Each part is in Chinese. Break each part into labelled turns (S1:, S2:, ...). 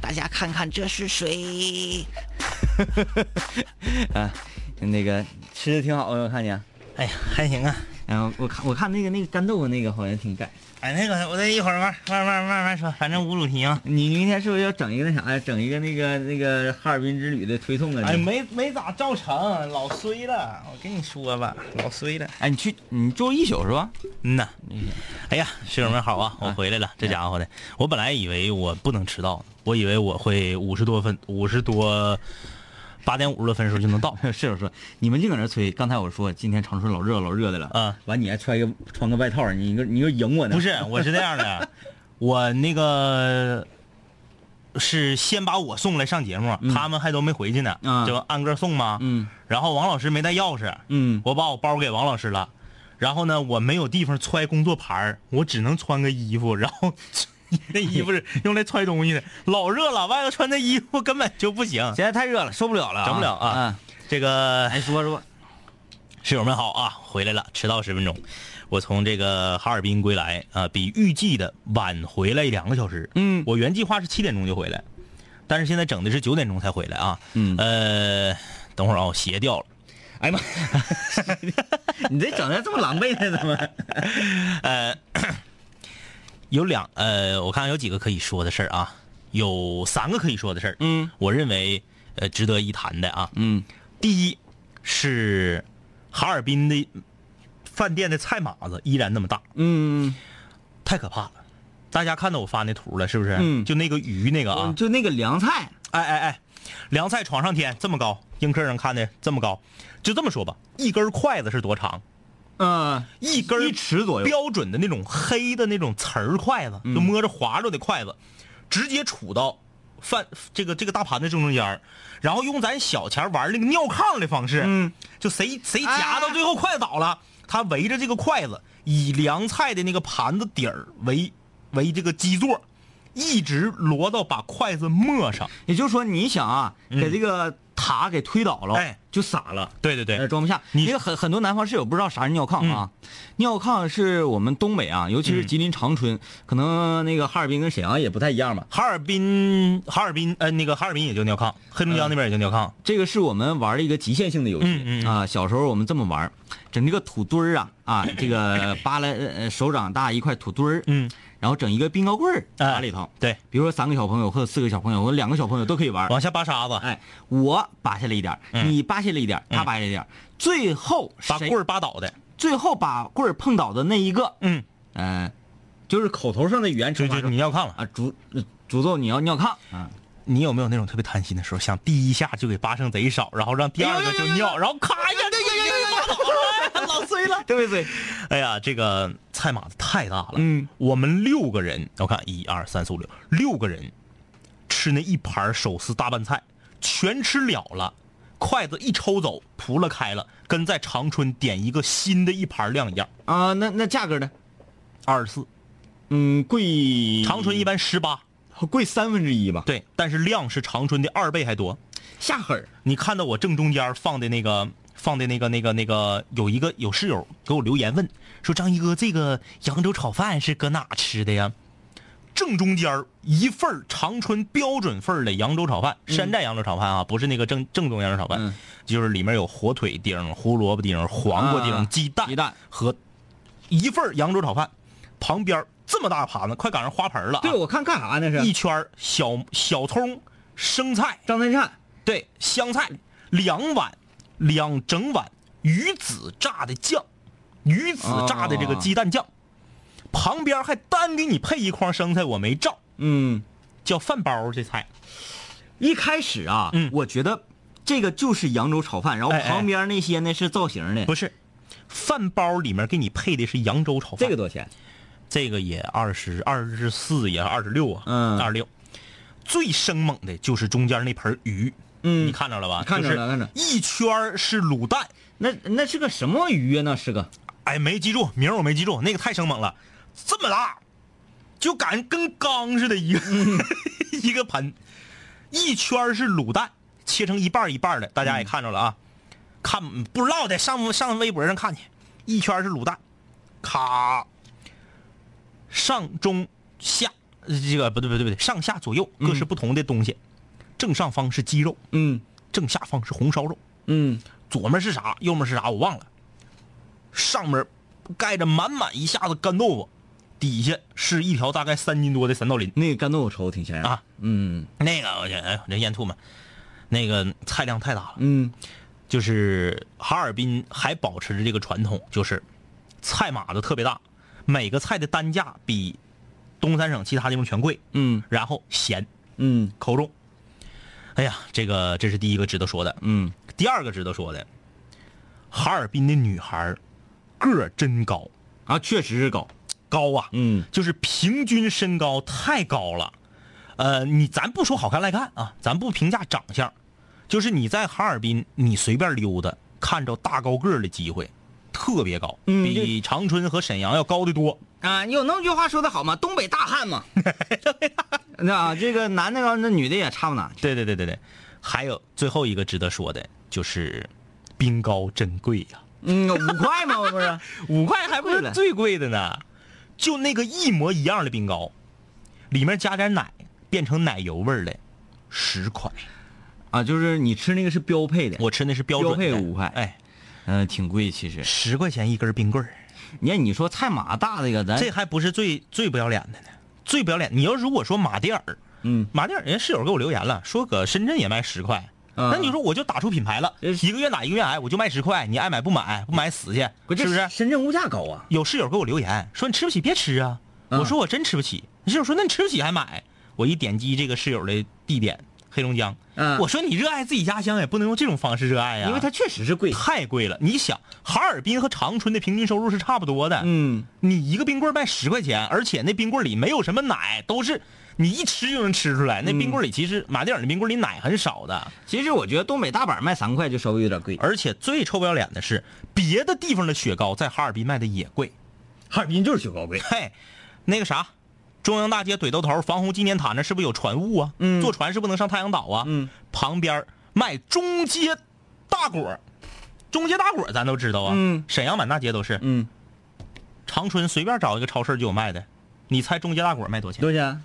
S1: 大家看看这是谁？
S2: 啊，那个吃的挺好啊，我看见。
S3: 哎呀，还行啊。
S2: 然后我看我看那个那个干豆腐那个好像挺改。
S3: 哎，那个我这一会儿慢慢慢慢慢说，反正无主题啊。
S2: 你明天是不是要整一个那啥呀？整一个那个那个哈尔滨之旅的推送啊？
S3: 哎，没没咋照成，老衰了。我跟你说吧，老衰了。
S2: 哎，你去你住一宿是吧？
S3: 嗯呐。哎呀，室友们好
S2: 哎
S3: 啊，我回来了。这家伙的，我本来以为我不能迟到，我以为我会五十多分，五十多。八点五十的分数就能到。
S2: 室友说：“你们净搁那吹，刚才我说今天长春老热老热的了
S3: 啊，
S2: 完你还穿个穿个外套，你个你又赢我呢。”
S3: 不是， 我是这样的，我那个是先把我送来上节目，
S2: 嗯
S3: 他们还都没回去呢，
S2: 啊
S3: 就按个送嘛。
S2: 嗯
S3: 然后王老师没带钥匙，
S2: 嗯
S3: 我把我包给王老师了。然后呢，我没有地方揣工作牌儿我只能穿个衣服，然后 那衣服是用来揣东西的。老热了，外头穿那衣服根本就不行。
S2: 现在太热了，受不了了啊，
S3: 整不了啊哎
S2: 啊！
S3: 这个
S2: 来说说，
S3: 室友们好啊，回来了，迟到十分钟。我从这个哈尔滨归来啊、比预计的晚回来两个小时。
S2: 嗯
S3: 我原计划是七点钟就回来，但是现在整的是九点钟才回来啊。
S2: 嗯
S3: 呃，等会儿啊，我鞋掉了。
S2: 哎呀妈， 你这整的这么狼狈呢？怎么？
S3: 有两呃，我看看有几个可以说的事儿啊，有三个可以说的事儿。
S2: 嗯，
S3: 我认为呃值得一谈的啊。
S2: 嗯
S3: 第一是哈尔滨的饭店的菜码子依然那么大。
S2: 嗯，
S3: 太可怕了。大家看到我发那图了，是不是？
S2: 嗯
S3: 就那个鱼那个啊，
S2: 就那个凉菜，
S3: 哎哎哎，凉菜床上天这么高，映客上看的这么高，就这么说吧，一根筷子是多长？
S2: 嗯，
S3: 一根
S2: 一尺左右嗯
S3: 标准的那种黑的那种瓷儿筷子，就摸着滑着的筷子，直接杵到饭这个这个大盘的正中间儿然后用咱小钱儿玩那个尿炕的方式，
S2: 嗯，
S3: 就谁谁
S2: 哎
S3: 夹到最后筷子倒了，他围着这个筷子，以凉菜的那个盘子底儿为为这个基座，一直摞到把筷子没上。
S2: 也就是说你想啊，给这个塔给推倒了，
S3: 嗯哎，
S2: 就洒了。
S3: 对对
S2: 呃，
S3: 对，
S2: 装不下。
S3: 你嗯
S2: 因为很很多南方室友不知道啥是尿炕啊，尿炕是我们东北啊，尤其是吉林长春，可能那个哈尔滨跟沈阳也不太一样吧。
S3: 哈尔滨哈尔滨呃那个哈尔滨也就尿炕，黑龙江那边也就尿炕。
S2: 这个是我们玩的一个极限性的游戏、
S3: 嗯嗯嗯
S2: 啊。小时候我们这么玩，整这个土堆儿啊啊，这个扒拉呃手掌大一块土堆儿，
S3: 嗯，
S2: 然后整一个冰糕棍儿
S3: 哎
S2: 打里头。
S3: 对，
S2: 比如说三个小朋友或者四个小朋友或者两个小朋友都可以玩。
S3: 往下扒沙子，
S2: 哎，我扒下了一点儿，
S3: 嗯
S2: 你扒下了一点儿，他
S3: 嗯
S2: 扒下了一点儿，最后
S3: 把
S2: 谁
S3: 棍儿扒倒的。
S2: 最后把棍儿碰倒的那一个，
S3: 嗯，
S2: 呃，就是口头上的语言
S3: 就
S2: 惩罚
S3: 就
S2: 说
S3: 你尿炕了。
S2: 啊，诅诅咒你要尿炕啊，
S3: 你有没有那种特别贪心的时候，想第一下就给扒剩贼少，然后让第二个就
S2: 有有有有
S3: 尿，然后咔一下就给你扒倒了，老衰了。
S2: 对不对？
S3: 哎呀，这个菜码子太大了。
S2: 嗯，
S3: 我们六个人，我看一二三四五六，六个人吃那一盘手撕大拌菜，全吃了了。筷子一抽走，扑了开了，跟在长春点一个新的一盘量一样，
S2: 啊，那那价格呢？
S3: 二十四。
S2: 嗯，贵
S3: 长春一般十八，
S2: 贵三分之一吧，
S3: 对，但是量是长春的二倍还多。
S2: 下狠儿
S3: 你看到我正中间放的那个放的那个那个那个有一个有室友给我留言问说张一哥这个扬州炒饭是搁哪吃的呀？正中间一份儿长春标准份儿的扬州炒饭，山寨扬州炒饭啊，不是那个正正宗扬州炒饭，
S2: 嗯
S3: 就是里面有火腿丁、胡萝卜丁、黄瓜丁、
S2: 啊
S3: 鸡蛋
S2: 鸡蛋
S3: 和一份儿扬州炒饭，旁边这么大盘子，快赶上花盆了、啊，
S2: 对我看干啥那
S3: 一
S2: 是？
S3: 圈儿小小葱、生菜、
S2: 张三善，
S3: 对，香菜两碗，两整碗鱼子炸的酱，鱼子炸的这
S2: 哦
S3: 个鸡蛋酱，旁边还单给你配一筐生菜，我没照，
S2: 嗯，
S3: 叫饭包儿这菜。
S2: 一开始啊，
S3: 嗯
S2: 我觉得这个就是扬州炒饭，然后
S3: 哎哎
S2: 旁边那些呢是造型的，
S3: 不是，饭包儿里面给你配的是扬州炒饭，
S2: 这个多少钱？
S3: 这个也二十二十四也二十六啊，
S2: 嗯
S3: 二十六。最生猛的就是中间那盆鱼，
S2: 嗯
S3: 你看着了吧？
S2: 看着了
S3: 就是
S2: 看着
S3: 一圈儿是卤蛋，
S2: 那那是个什么鱼啊？那是个
S3: 哎，没记住名儿，我没记住，那个太生猛了，这么大，就感跟缸似的，一个、 一个盆，一圈儿是卤蛋，切成一半儿一半儿的，大家也看着了啊，看不知道的上上微博上看去，一圈儿是卤蛋，咔，上中下这个不对不对不对，上下左右各是不同的东西，正上方是鸡肉，
S2: 嗯
S3: 正下方是红烧肉，
S2: 嗯，
S3: 左面是啥，右面是啥我忘了，上面盖着满满一下子干豆腐，底下是一条大概三斤多的三道鳞
S2: 那个干豆腐瞅着挺吓人
S3: 啊，
S2: 嗯
S3: 那个我觉得哎呦这咽吐沫，那个菜量太大了。
S2: 嗯
S3: 就是哈尔滨还保持着这个传统，就是菜码子特别大，每个菜的单价比东三省其他地方全贵，
S2: 嗯
S3: 然后咸
S2: 嗯
S3: 口重。哎呀，这个这是第一个值得说的。
S2: 嗯，
S3: 第二个值得说的，哈尔滨的女孩儿个儿真高，
S2: 啊，确实是高，
S3: 高啊，
S2: 嗯
S3: 就是平均身高太高了。呃，你咱不说好看赖看啊，咱不评价长相，就是你在哈尔滨，你随便溜达，看着大高个儿的机会特别高，
S2: 嗯
S3: 比长春和沈阳要高得多。
S2: 啊，有那么句话说的好吗？东北大 汉嘛， 那啊，这个男的高，那女的也差不哪去，
S3: 对对对对对，还有最后一个值得说的就是，冰糕真贵啊呀、
S2: 嗯，五块嘛，不 是，
S3: 五块还不
S2: 贵
S3: 是
S2: 了
S3: 最贵的呢，就那个一模一样的冰糕，里面加点奶变成奶油味儿的，十块。
S2: 啊，就是你吃那个是标配的，
S3: 我吃那是标准的
S2: 标配五块
S3: 哎，
S2: 嗯、挺贵其实。
S3: 十块钱一根冰棍儿，
S2: 你看你说菜码大这个，咱
S3: 这还不是最最不要脸的呢，最不要脸。你要如果说马迭尔，
S2: 嗯，
S3: 马迭尔人家室友给我留言了，说搁深圳也卖十块。
S2: 嗯哎
S3: 那你说我就打出品牌了，
S2: 这是
S3: 一个月哪一个月矮，我就卖十块，你爱买不买，不买死去，是不是？
S2: 深圳物价高啊，
S3: 有室友给我留言说你吃不起别吃啊，
S2: 嗯
S3: 我说我真吃不起。室友说那你吃不起还买？我一点击这个室友的地点黑龙江，
S2: 嗯
S3: 我说你热爱自己家乡也不能用这种方式热爱呀、
S2: 因为它确实是贵。
S3: 太贵了。你想，哈尔滨和长春的平均收入是差不多的。，
S2: 嗯，
S3: 你一个冰棍儿卖十块钱，而且那冰棍儿里没有什么奶，都是你一吃就能吃出来。那冰
S2: 嗯
S3: 棍儿里其实马迭尔的冰棍儿里奶很少的，
S2: 其实我觉得东北大板卖三块就稍微有点贵，
S3: 而且最臭不要脸的是，别的地方的雪糕在哈尔滨卖的也贵。
S2: 哈尔滨就是雪糕贵。
S3: 嘿，那个啥，中央大街怼到头防洪纪念塔那是不是有船坞啊？
S2: 嗯
S3: 坐船是不能上太阳岛啊。
S2: 嗯，
S3: 旁边儿卖中街大果儿，中街大果儿咱都知道啊。
S2: 嗯
S3: 沈阳满大街都是。
S2: 嗯，
S3: 长春随便找一个超市就有卖的，你猜中街大果卖多少钱？
S2: 多少钱？啊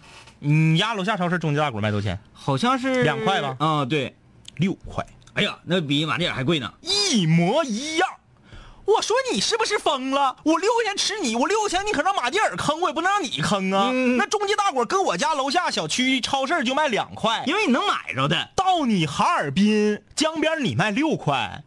S3: 你家楼下超市中街大果卖多少钱？
S2: 好像是
S3: 两块吧
S2: 啊、对。
S3: 六块，
S2: 哎呀，那比马迭尔还贵呢。
S3: 一模一样。我说你是不是疯了？我六块钱吃你，我六块钱你可让马迭尔坑，我也不能让你坑啊。
S2: 嗯
S3: 那中街大果搁我家楼下小区超市就卖两块，
S2: 因为你能买着的，
S3: 到你哈尔滨江边你卖六块，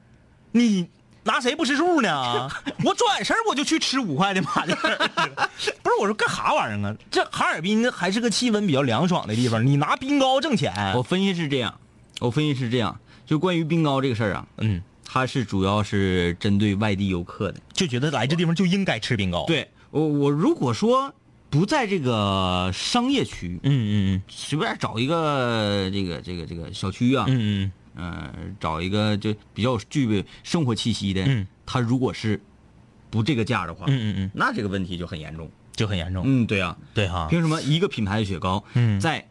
S3: 你拿谁不吃数呢？我转身我就去吃五块的马迭尔去了，不是我说干啥玩意儿啊？这哈尔滨还是个气温比较凉爽的地方，你拿冰糕挣钱
S2: 我，分析是这样，我分析是这样，就关于冰糕这个事儿啊，
S3: 嗯，
S2: 它是主要是针对外地游客的。
S3: 就觉得来这地方就应该吃冰糕。，
S2: 对我，我如果说不在这个商业区，
S3: 嗯嗯
S2: 随便找一个这个这个这个小区啊，
S3: 嗯嗯
S2: 呃，找一个就比较具备生活气息的，
S3: 嗯，
S2: 他如果是不这个价的话，
S3: 嗯嗯嗯，
S2: 那这个问题就很严重。
S3: 就很严重。
S2: 嗯，对啊，
S3: 对哈，
S2: 凭什么一个品牌的雪糕，
S3: 嗯
S2: 在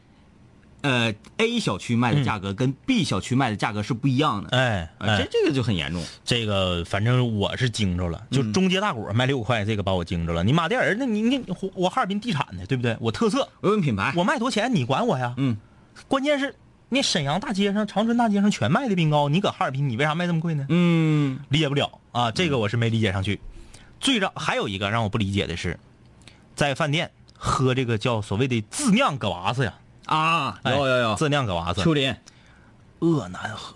S2: 呃 A 小区卖的价格跟 B 小区卖的价格是不一样的？
S3: 哎
S2: 啊，这
S3: 哎，
S2: 这个就很严重。
S3: 这个反正我是惊着了，就中街大果卖六块，这个把我惊着了。你马迭尔，那你你我我哈尔滨地产的，对不对？我特色，
S2: 我问品牌，
S3: 我卖多少钱你管我呀？
S2: 嗯，
S3: 关键是那沈阳大街上、长春大街上全卖的冰糕，你搁哈尔滨你为啥卖这么贵呢？
S2: 嗯
S3: 理解不了啊，这个我是没理解上去。最让还有一个让我不理解的是，在饭店喝这个叫所谓的自酿葛娃子呀，
S2: 啊，
S3: 哎
S2: 有有有，
S3: 自酿葛娃子，
S2: 秋林，
S3: 恶难喝，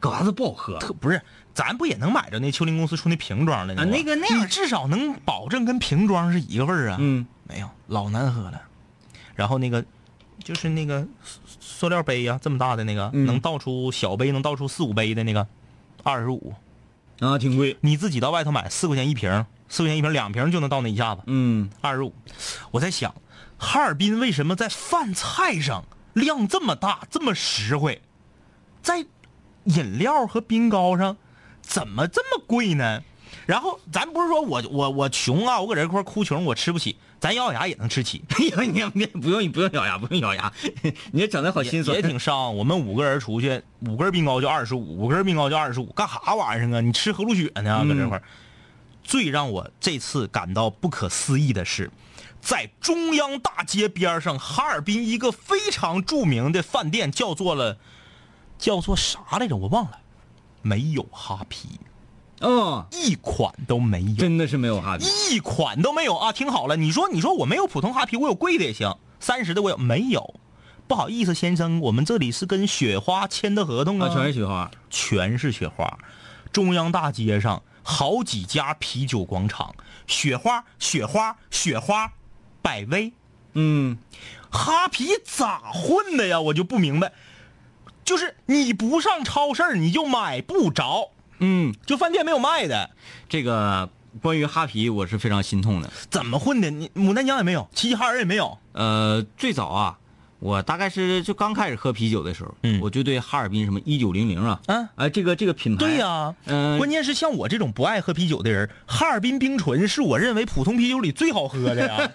S2: 狗娃子不好喝，
S3: 特不是。咱不也能买着那秋林公司出那瓶装的吗
S2: 啊那个那样
S3: 你至少能保证跟瓶装是一个味儿啊。
S2: 嗯，
S3: 没有，老难喝了。然后那个就是那个塑塑料杯呀、这么大的那个，
S2: 嗯
S3: 能倒出小杯能倒出四五杯的那个，二十五，
S2: 啊，挺贵，
S3: 你自己到外头买四块钱一瓶，四块钱一瓶，两瓶就能到那一下子，
S2: 嗯，
S3: 二十五。我在想，哈尔滨为什么在饭菜上量这么大，这么实惠，在饮料和冰糕上怎么这么贵呢？然后咱不是说我我我穷啊，我搁这块儿哭穷，我吃不起，咱咬咬牙也能吃起。
S2: 哎呀，你别不用，你不用咬牙，不用咬牙，你这整的好
S3: 也
S2: 心酸，
S3: 也挺伤。我们五个人出去，五根冰糕就二十五，五根冰糕就二十五，干啥玩意儿啊？你吃河
S2: 嗯
S3: 路雪呢？搁这块儿、最让我这次感到不可思议的是，在中央大街边上，哈尔滨一个非常著名的饭店叫做了，叫做啥来着？我忘了，没有哈啤，
S2: 嗯，
S3: 一款都没有。
S2: 真的是没有哈啤。
S3: 一款都没有啊！听好了，你说你说我没有普通哈啤，我有贵的也行，三十的我有没有？不好意思，先生，我们这里是跟雪花签的合同啊，
S2: 啊，全是雪花，
S3: 全是雪花。中央大街上好几家啤酒广场，雪花雪花雪花，百威
S2: 嗯，
S3: 哈啤咋混的呀？我就不明白，就是你不上超市儿你就买不着，
S2: 嗯，
S3: 就饭店没有卖的，
S2: 这个关于哈啤，我是非常心痛的。
S3: 怎么混的？你牡丹江也没有，齐齐哈尔也没有，
S2: 呃，最早啊，我大概是就刚开始喝啤酒的时候，
S3: 嗯
S2: 我就对哈尔滨什么一九零零啊，
S3: 嗯
S2: 哎，这个这个品牌，
S3: 对呀、
S2: 嗯、
S3: 关键是像我这种不爱喝啤酒的人，哈尔滨冰醇是我认为普通啤酒里最好喝的 呀，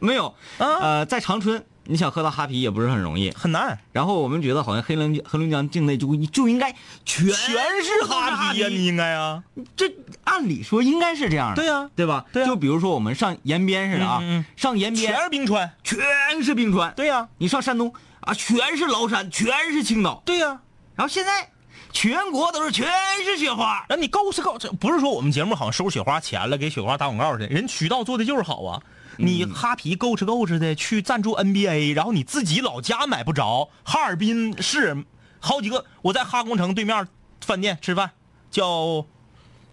S2: 没有，
S3: 啊
S2: 呃，在长春你想喝到哈啤也不是很容易。
S3: 很难。
S2: 然后我们觉得好像黑龙黑龙江境内就就应该全
S3: 全是哈啤呀、你应该啊，
S2: 这按理说应该是这样的，
S3: 对呀
S2: 对吧？
S3: 对呀啊
S2: 就比如说我们上延边似的啊，
S3: 嗯嗯嗯
S2: 上延边
S3: 全是冰川。
S2: 全是冰川，
S3: 对呀、
S2: 你上山东啊，全是崂山，全是青岛，
S3: 对呀、
S2: 然后现在全国都是全是雪花，
S3: 然后你告是告，这不是说我们节目好像收雪花钱了，给雪花打广告去，人渠道做的就是好啊。
S2: 嗯
S3: 你哈啤够吃够吃的去赞助 NBA，然后你自己老家买不着，哈尔滨市好几个，我在哈工城对面饭店吃饭，叫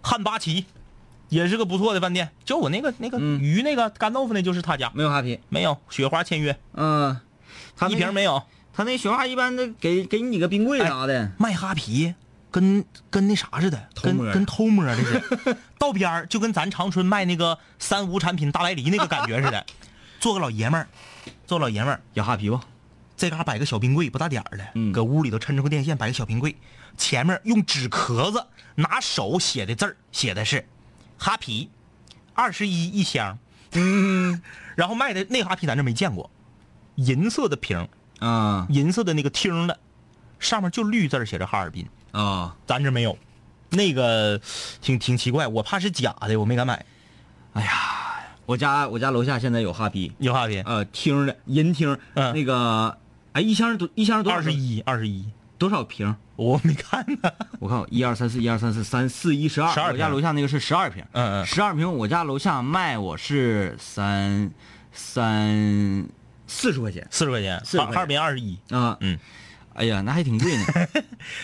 S3: 汉巴奇，也是个不错的饭店。就我那个那个
S2: 嗯
S3: 鱼那个干豆腐那就是他家，
S2: 没有哈啤，
S3: 没有雪花签约，
S2: 嗯、他
S3: 一
S2: 那
S3: 瓶没哎有。
S2: 他那雪花一般都给给你几个冰柜啥的，
S3: 卖哈啤跟跟那啥似的，
S2: 偷摸
S3: 跟跟偷摸啊的似 的，道边儿就跟咱长春卖那个三无产品大白梨那个感觉似的，做个老爷们儿，做个老爷们儿，
S2: 有哈啤吧？
S3: 这嘎摆个小冰柜不大点儿的，
S2: 嗯
S3: 搁屋里头抻着个电线摆个小冰柜，前面用纸壳子拿手写的字儿写的是哈啤，二十一一箱，
S2: 嗯
S3: 然后卖的那哈啤咱这没见过，银色的瓶儿，
S2: 啊
S3: 银色的那个听儿的，上面就绿字儿写着哈尔滨。
S2: 啊，
S3: 咱这没有，那个挺挺奇怪，我怕是假的，我没敢买。
S2: 哎我家我家楼下现在有哈啤，
S3: 有哈啤，
S2: 呃，厅的银厅，
S3: 嗯
S2: 那个，哎，一箱多一箱多少
S3: 二十一，二十一，
S2: 多少瓶？
S3: 我没看呢。
S2: 我看我一二三四一二三四三四一十二，
S3: 12
S2: 我家
S3: 瓶
S2: 楼下那个是十二瓶，
S3: 嗯嗯
S2: 十二瓶我家楼下卖我是三三四十块钱
S3: 四十块钱，
S2: 40块
S3: 哈
S2: 钱
S3: 哈尔滨二十一，
S2: 啊，
S3: 嗯，
S2: 哎呀，那还挺贵呢，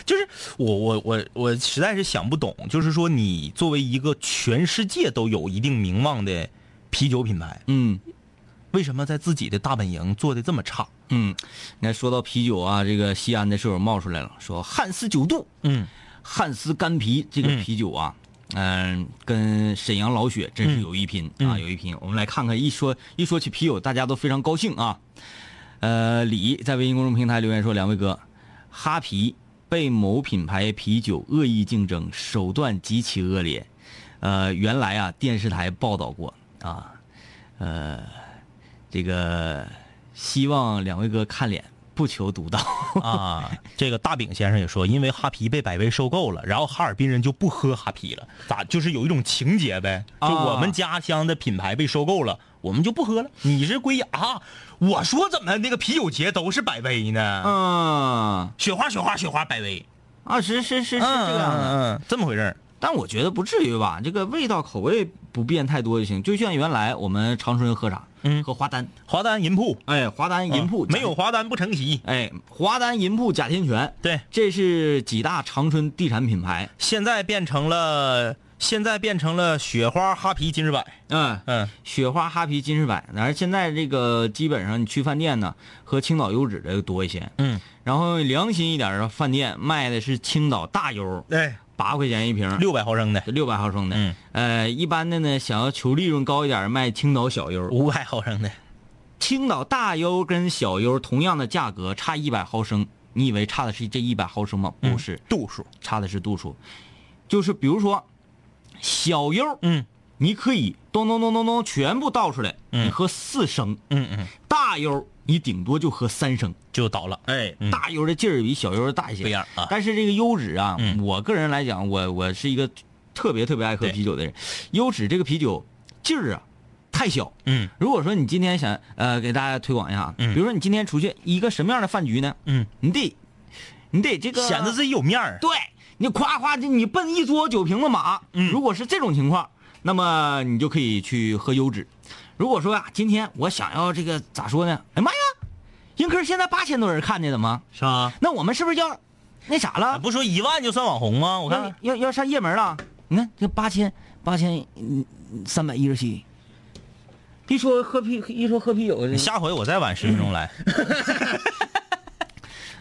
S3: 就是我我我我实在是想不懂，就是说你作为一个全世界都有一定名望的啤酒品牌，
S2: 嗯
S3: 为什么在自己的大本营做的这么差？
S2: 嗯，你看说到啤酒啊，这个西安的室友冒出来了，说汉斯九度，
S3: 嗯，
S2: 汉斯干啤这个啤酒啊，嗯、跟沈阳老雪真是有一拼、啊，有一拼。我们来看看，一说一说起啤酒，大家都非常高兴啊。呃，李在微信公众平台留言说：“两位哥，哈啤被某品牌啤酒恶意竞争，手段极其恶劣。呃，原来啊，电视台报道过啊，呃，这个希望两位哥看脸，不求独到。
S3: 啊，这个大饼先生也说，因为哈啤被百威收购了，然后哈尔滨人就不喝哈啤了，咋就是有一种情节呗？就
S2: 啊
S3: 我们家乡的品牌被收购了，我们就不喝了。你是归啊？我说怎么那个啤酒节都是百威呢？
S2: 嗯，
S3: 雪花雪花雪花百威，
S2: 啊，是是是是这
S3: 嗯
S2: 样的。
S3: 嗯嗯，这么回事儿
S2: 但我觉得不至于吧，这个味道口味不变太多就行。就像原来我们长春喝啥，
S3: 嗯
S2: 喝华丹，
S3: 华丹银铺，
S2: 哎，华丹银铺、
S3: 啊没有，华丹不成席。
S2: 哎，华丹银铺贾天泉，
S3: 对，
S2: 这是几大长春地产品牌，
S3: 现在变成了现在变成了雪花哈啤金士百，
S2: 嗯，
S3: 嗯，
S2: 雪花、哈啤、金士百，然后现在这个基本上你去饭店呢，喝青岛优质的多一些，
S3: 嗯，
S2: 然后良心一点的饭店卖的是青岛大优，
S3: 哎，
S2: 八块钱一瓶，
S3: 六百毫升的，
S2: 六百毫升的，
S3: 嗯，
S2: 呃，一般的呢，想要求利润高一点，卖青岛小优，
S3: 五百毫升的。
S2: 青岛大优跟小优同样的价格，差一百毫升，你以为差的是这一百毫升吗？不是，
S3: 嗯度数，
S2: 差的是度数。就是比如说，小优，
S3: 嗯
S2: 你可以咚咚咚咚咚全部倒出来，
S3: 嗯
S2: 你喝四升；
S3: 嗯嗯，
S2: 大优你顶多就喝三升。
S3: 就倒了。
S2: 哎
S3: 嗯
S2: 大优的劲儿比小优的大一些，
S3: 不一样啊
S2: 但是这个优质啊，
S3: 嗯
S2: 我个人来讲，我我是一个特别特别爱喝
S3: 对
S2: 啤酒的人，优质这个啤酒劲儿啊太小。
S3: 嗯
S2: 如果说你今天想呃给大家推广一下，
S3: 嗯
S2: 比如说你今天出去一个什么样的饭局呢？
S3: 嗯，
S2: 你得你得这个
S3: 显得自己有面儿。
S2: 对你夸夸这你奔一桌酒瓶子马，
S3: 嗯
S2: 如果是这种情况，那么你就可以去喝优质。如果说啊，今天我想要这个咋说呢？哎妈呀，映客现在八千多人看见了吗？
S3: 是吧？
S2: 那我们是不是要那啥了？
S3: 啊不说一万就算网红吗？我看看，
S2: 要要上夜门了。你看这八千八千嗯三百一十七，一说喝啤一说喝啤酒这
S3: 下回我再晚十分钟来。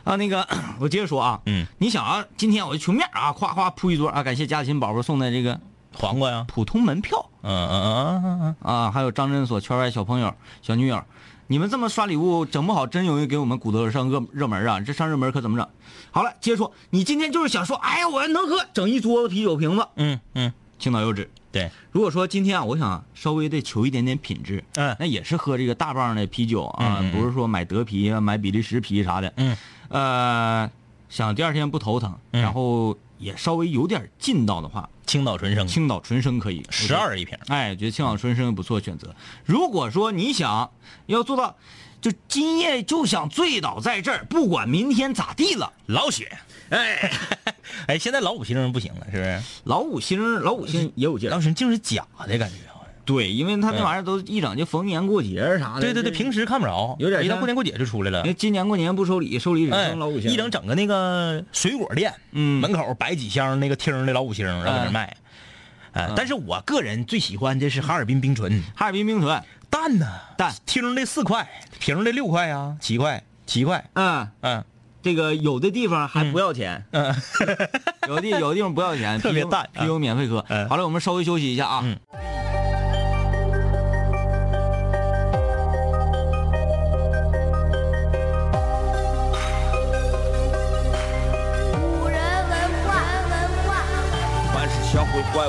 S2: 啊，那个 我接着说啊，
S3: 嗯，
S2: 你想啊，今天我就穷面啊，夸夸铺一桌啊，感谢嘉勤宝宝送的这个
S3: 黄瓜呀，
S2: 普通门票
S3: 嗯嗯嗯嗯嗯
S2: 啊，还有张诊所圈外小朋友小女友，你们这么刷礼物，整不好真容易给我们骨头上热热门啊，这上热门可怎么整？好了，接着说，你今天就是想说，哎呀，我能喝，整一桌子啤酒瓶子，
S3: 嗯嗯，
S2: 青岛优质。
S3: 对，
S2: 如果说今天啊，我想稍微的求一点点品质，
S3: 嗯
S2: 那也是喝这个大棒的啤酒啊，
S3: 嗯嗯嗯
S2: 不是说买德啤啊、买比利时啤啥的，
S3: 嗯，
S2: 呃，想第二天不头疼，
S3: 嗯
S2: 然后也稍微有点劲道的话，
S3: 青岛纯生，
S2: 青岛纯生可以，我
S3: 嗯十
S2: 觉得，
S3: 二一瓶。
S2: 哎，觉得青岛纯生不错选择。如果说你想要做到，就今夜就想醉倒在这儿，不管明天咋地了，
S3: 老雪，
S2: 哎，
S3: 哎，现在老五星不行了，是不是？
S2: 老五星老五星也有劲儿
S3: 老，五星就是假的感觉，好像。
S2: 对，因为他那玩意儿都一整就逢年过节儿啥的，
S3: 哎对对对，
S2: 这
S3: 平时看不着，
S2: 有
S3: 一
S2: 点
S3: 到
S2: 像
S3: 过年过节就出来了
S2: 因。为今年过年不收礼，收礼只
S3: 哎
S2: 剩老五，星。
S3: 一整整个那个水果店，
S2: 嗯
S3: 门口摆几箱那个厅儿的老五星，然后在那
S2: 哎
S3: 卖。哎，
S2: 啊
S3: 但是我个人最喜欢的是哈尔滨冰醇，
S2: 哈尔滨冰醇，
S3: 蛋呢、
S2: 蛋
S3: 听儿的四块，瓶儿的六块啊，七块，七块，
S2: 嗯，
S3: 嗯
S2: 这个有的地方还不要钱，
S3: 嗯，
S2: 有的地有的地方不要 钱，
S3: 特别
S2: 啤酒
S3: 淡
S2: 啤酒免费喝
S3: 嗯。
S2: 好了，我们稍微休息一下啊。
S3: 嗯
S4: 古人文化，文化。
S5: 凡是想毁坏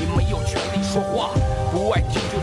S5: 你没有权利说话。不爱听就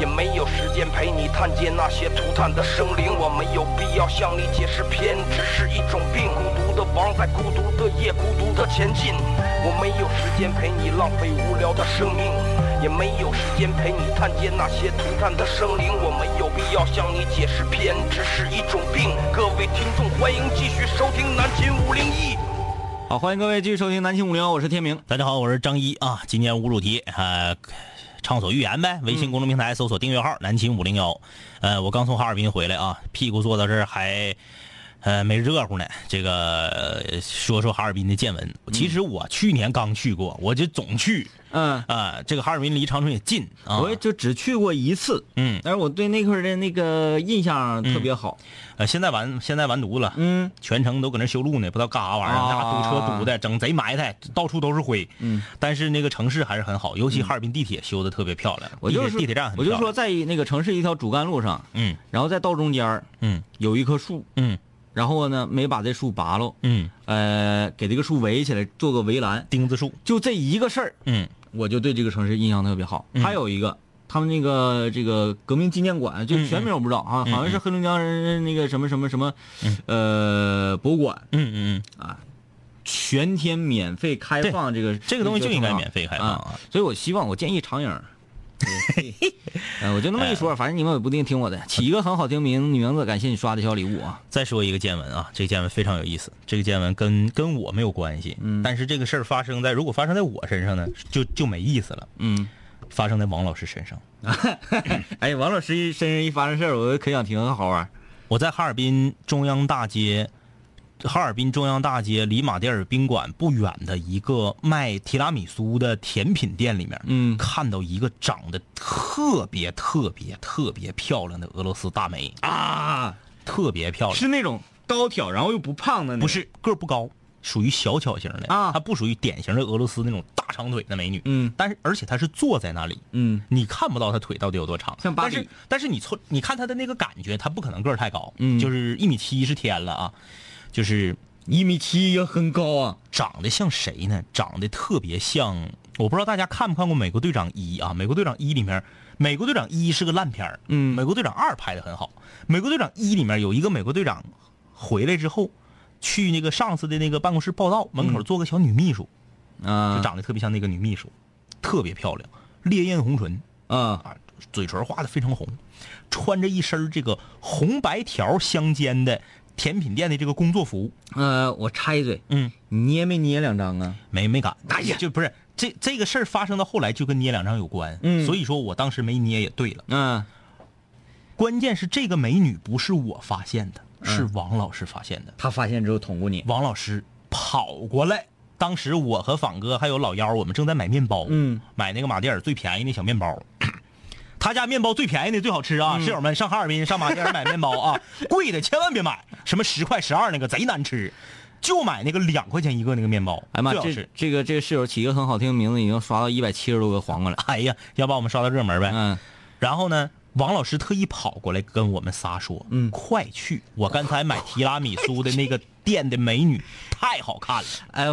S5: 也没有时间陪你探监那些涂炭的生灵。我没有必要向你解释，偏执是一种病。孤独的王在孤独的夜，孤独的前进。我没有时间陪你浪费无聊的生命，也没有时间陪你探监那些涂炭的生灵。我没有必要向你解释，偏执是一种病。各位听众，欢迎继续收听南秦五零一。
S2: 好，欢迎各位继续收听南青五零幺，我是天明。
S3: 大家好，我是张一啊，今天无主题，呃，畅所欲言
S2: 嗯
S3: 呗。微信公众平台搜索订阅号“南秦五零幺”，呃，我刚从哈尔滨回来啊，屁股坐到这儿还。呃，没热乎呢。这个呃说说哈尔滨的见闻。其实我去年刚去过，我就总去
S2: 嗯，
S3: 啊、这个哈尔滨离长春也近啊。
S2: 我也就只去过一次，
S3: 嗯
S2: 但是我对那块儿的那个印象特别好。
S3: 呃，现在完现在完犊子了，
S2: 嗯，
S3: 全程都搁那修路呢，不知道干啥玩意儿，那、
S2: 啊
S3: 堵车堵的，整贼埋汰，到处都是灰。嗯，但是那个城市还是很好，尤其哈尔滨地铁修的特别漂亮，
S2: 我
S3: 地
S2: 就
S3: 铁
S2: 是
S3: 地铁站很
S2: 我
S3: 漂
S2: 就
S3: 亮。
S2: 说，在那个城市一条主干路上，
S3: 嗯
S2: 然后在道中间儿
S3: 嗯
S2: 有一棵树，
S3: 嗯
S2: 然后呢没把这树拔喽，
S3: 嗯，
S2: 呃，给这个树围起来做个围栏，
S3: 钉子树，
S2: 就这一个事儿，
S3: 嗯
S2: 我就对这个城市印象特别好。还有一个，他们那个这个革命纪念馆，就
S3: 嗯
S2: 全名我不知道啊，好像是黑龙江人那个什么什么什么，呃，博物馆
S3: 嗯嗯嗯，
S2: 啊，全天免费开放这个
S3: 这个东西就应该
S2: 这个
S3: 免费开放啊
S2: 啊。所以我希望，我建议长 影儿。呃，我就那么一
S3: 哎
S2: 说，反正你们也不一定听我的。起一个很好听名名字，感谢你刷的小礼物啊！
S3: 再说一个见闻啊，这个见闻非常有意思，这个见闻跟跟我没有关系，嗯，但是这个事儿发生在如果发生在我身上呢，就就没意思了，
S2: 嗯，
S3: 发生在王老师身上。
S2: 哎，王老师一身上一发生事儿，我可想听，好玩儿。
S3: 我在哈尔滨中央大街哈尔滨中央大街离马迭尔宾馆不远的一个卖提拉米苏的甜品店里面，
S2: 嗯
S3: 看到一个长得特别特别特别漂亮的俄罗斯大梅，
S2: 啊，
S3: 特别漂亮，
S2: 是那种高挑然后又不胖的那种，
S3: 不是个儿不高，属于小巧型的
S2: 啊
S3: 它不属于典型的俄罗斯那种大长腿的美女，
S2: 嗯
S3: 但是而且她是坐在那里，
S2: 嗯
S3: 你看不到她腿到底有多长，
S2: 像芭
S3: 但
S2: 比
S3: 是但是你从你看她的那个感觉，她不可能个儿太高，
S2: 嗯
S3: 就是一米七是天了啊，就是。
S2: 一米七也很高啊，
S3: 长得像谁呢？长得特别像，我不知道大家看没看过《美国队长一》啊，《美国队长一》里面，《美国队长一》是个烂片儿，
S2: 嗯
S3: 《美国队长二》拍的很好，《美国队长一》里面有一个美国队长回来之后，去那个上司的那个办公室报道，门
S2: 嗯
S3: 口做个小女秘书，就
S2: 啊
S3: 长得特别像那个女秘
S2: 嗯
S3: 书，特别漂亮，烈焰红唇
S2: 啊
S3: 啊，嘴唇画的非常红，穿着一身这个红白条相间的甜品店的这个工作服，
S2: 呃，我插一嘴，
S3: 嗯。
S2: 你捏没捏两张啊？
S3: 没没敢，
S2: 哎呀
S3: 就不是这这个事儿发生到后来就跟捏两张有关，
S2: 嗯
S3: 所以说我当时没捏也对了。
S2: 嗯
S3: 关键是这个美女不是我发现的，
S2: 嗯
S3: 是王老师发现的。
S2: 他发现之后捅过你，
S3: 王老师跑过来，当时我和仿哥还有老妖，我们正在买面包，
S2: 嗯，
S3: 买那个马迭尔最便宜那小面包。 他家面包最便宜的最好吃啊！
S2: 嗯
S3: 室友们上哈尔滨上马迭尔买面包 啊，贵的千万别买，什么十块十二那个贼难吃，就买那个两块钱一个那个面包，
S2: 哎妈，
S3: 最好
S2: 这
S3: 吃。
S2: 这个这个室友起一个很好听的名字，已经刷到一百七十多个黄瓜了。
S3: 哎呀，要把我们刷到热门呗。
S2: 嗯，
S3: 然后呢，王老师特意跑过来跟我们仨说：“
S2: 嗯
S3: 快去！我刚才买提拉米苏的那个店的美女太好看了，
S2: 哎，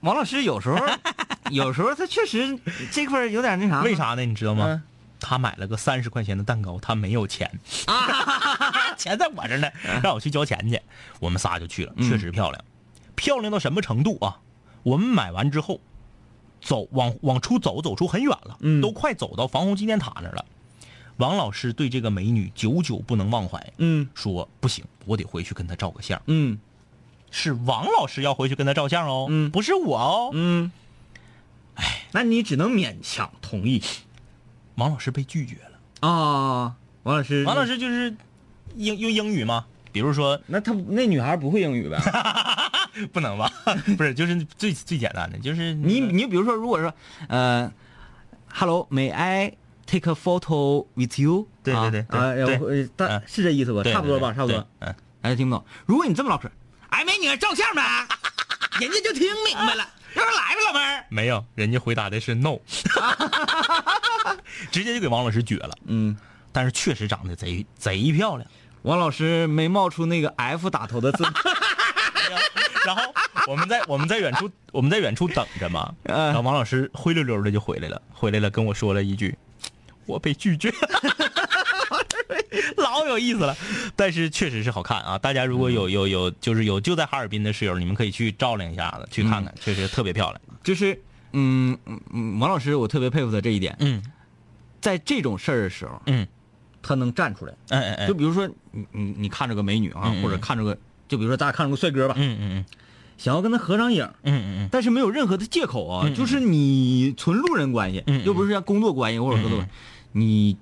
S2: 王老师有时 候有时候他确实这块儿有点那啥，
S3: 为？啥呢？你知道吗
S2: 啊嗯？
S3: 他买了个三十块钱的蛋糕，他没有钱，
S2: 啊
S3: 钱在我这儿呢，
S2: 嗯
S3: 让我去交钱去。我们仨就去了，确实漂亮，漂亮到什么程度啊？我们买完之后，走往往出走，走出很远了，
S2: 嗯
S3: 都快走到防洪纪念塔那儿了。王老师对这个美女久久不能忘怀，
S2: 嗯
S3: 说不行，我得回去跟她照个相。
S2: 嗯
S3: 是王老师要回去跟她照相哦，
S2: 嗯
S3: 不是我哦。
S2: 嗯，哎，那你只能勉强同意
S3: 王老师被拒绝了。
S2: 啊。王老师，
S3: 王老，师就是英用英语吗？比如说
S2: 那他那女孩不会英语呗？
S3: 不能吧， 不是，就是最最简单的，就是
S2: 你你比如说，如果说呃，Hello，May I take a photo with you？
S3: 对对对
S2: 啊
S3: 对
S2: 啊，
S3: 对
S2: 呃但
S3: 嗯
S2: 是这意思吧？
S3: 对
S2: 差不多吧，
S3: 对
S2: 差不多。
S3: 对嗯，
S2: 哎，听不懂。如果你这么唠嗑，哎，美女照相呗，人家就听明白了。要说来吧，老妹儿。
S3: 没有，人家回答的是 no，直接就给王老师撅了。
S2: 嗯，
S3: 但是确实长得贼贼漂亮。
S2: 王老师没冒出那个 F 打头的字。
S3: 然后我们在我们在远处我们在远处等着嘛，
S2: 嗯
S3: 然后王老师灰溜溜的就回来了，回来了跟我说了一句，我被拒绝， 老有意思了。但是确实是好看啊，大家如果
S2: 嗯
S3: 有有有就是有就在哈尔滨的室友，你们可以去照亮一下子，去看
S2: 嗯
S3: 看，确实特别漂亮。
S2: 就是，嗯嗯嗯，王老师，我特别佩服他这一点，
S3: 嗯
S2: 在这种事儿的时候，
S3: 嗯，
S2: 他能站出来。
S3: 哎哎哎
S2: 就，比如说，你你你看着个美女啊
S3: 嗯嗯，
S2: 或者看着个，就比如说咱俩看着个帅哥吧，
S3: 嗯嗯
S2: 想要跟他合张影，
S3: 嗯嗯嗯
S2: 但是没有任何的借口啊，
S3: 嗯嗯
S2: 就是你纯路人关系，
S3: 嗯嗯嗯
S2: 又不是像工作关系或者合作关系，你，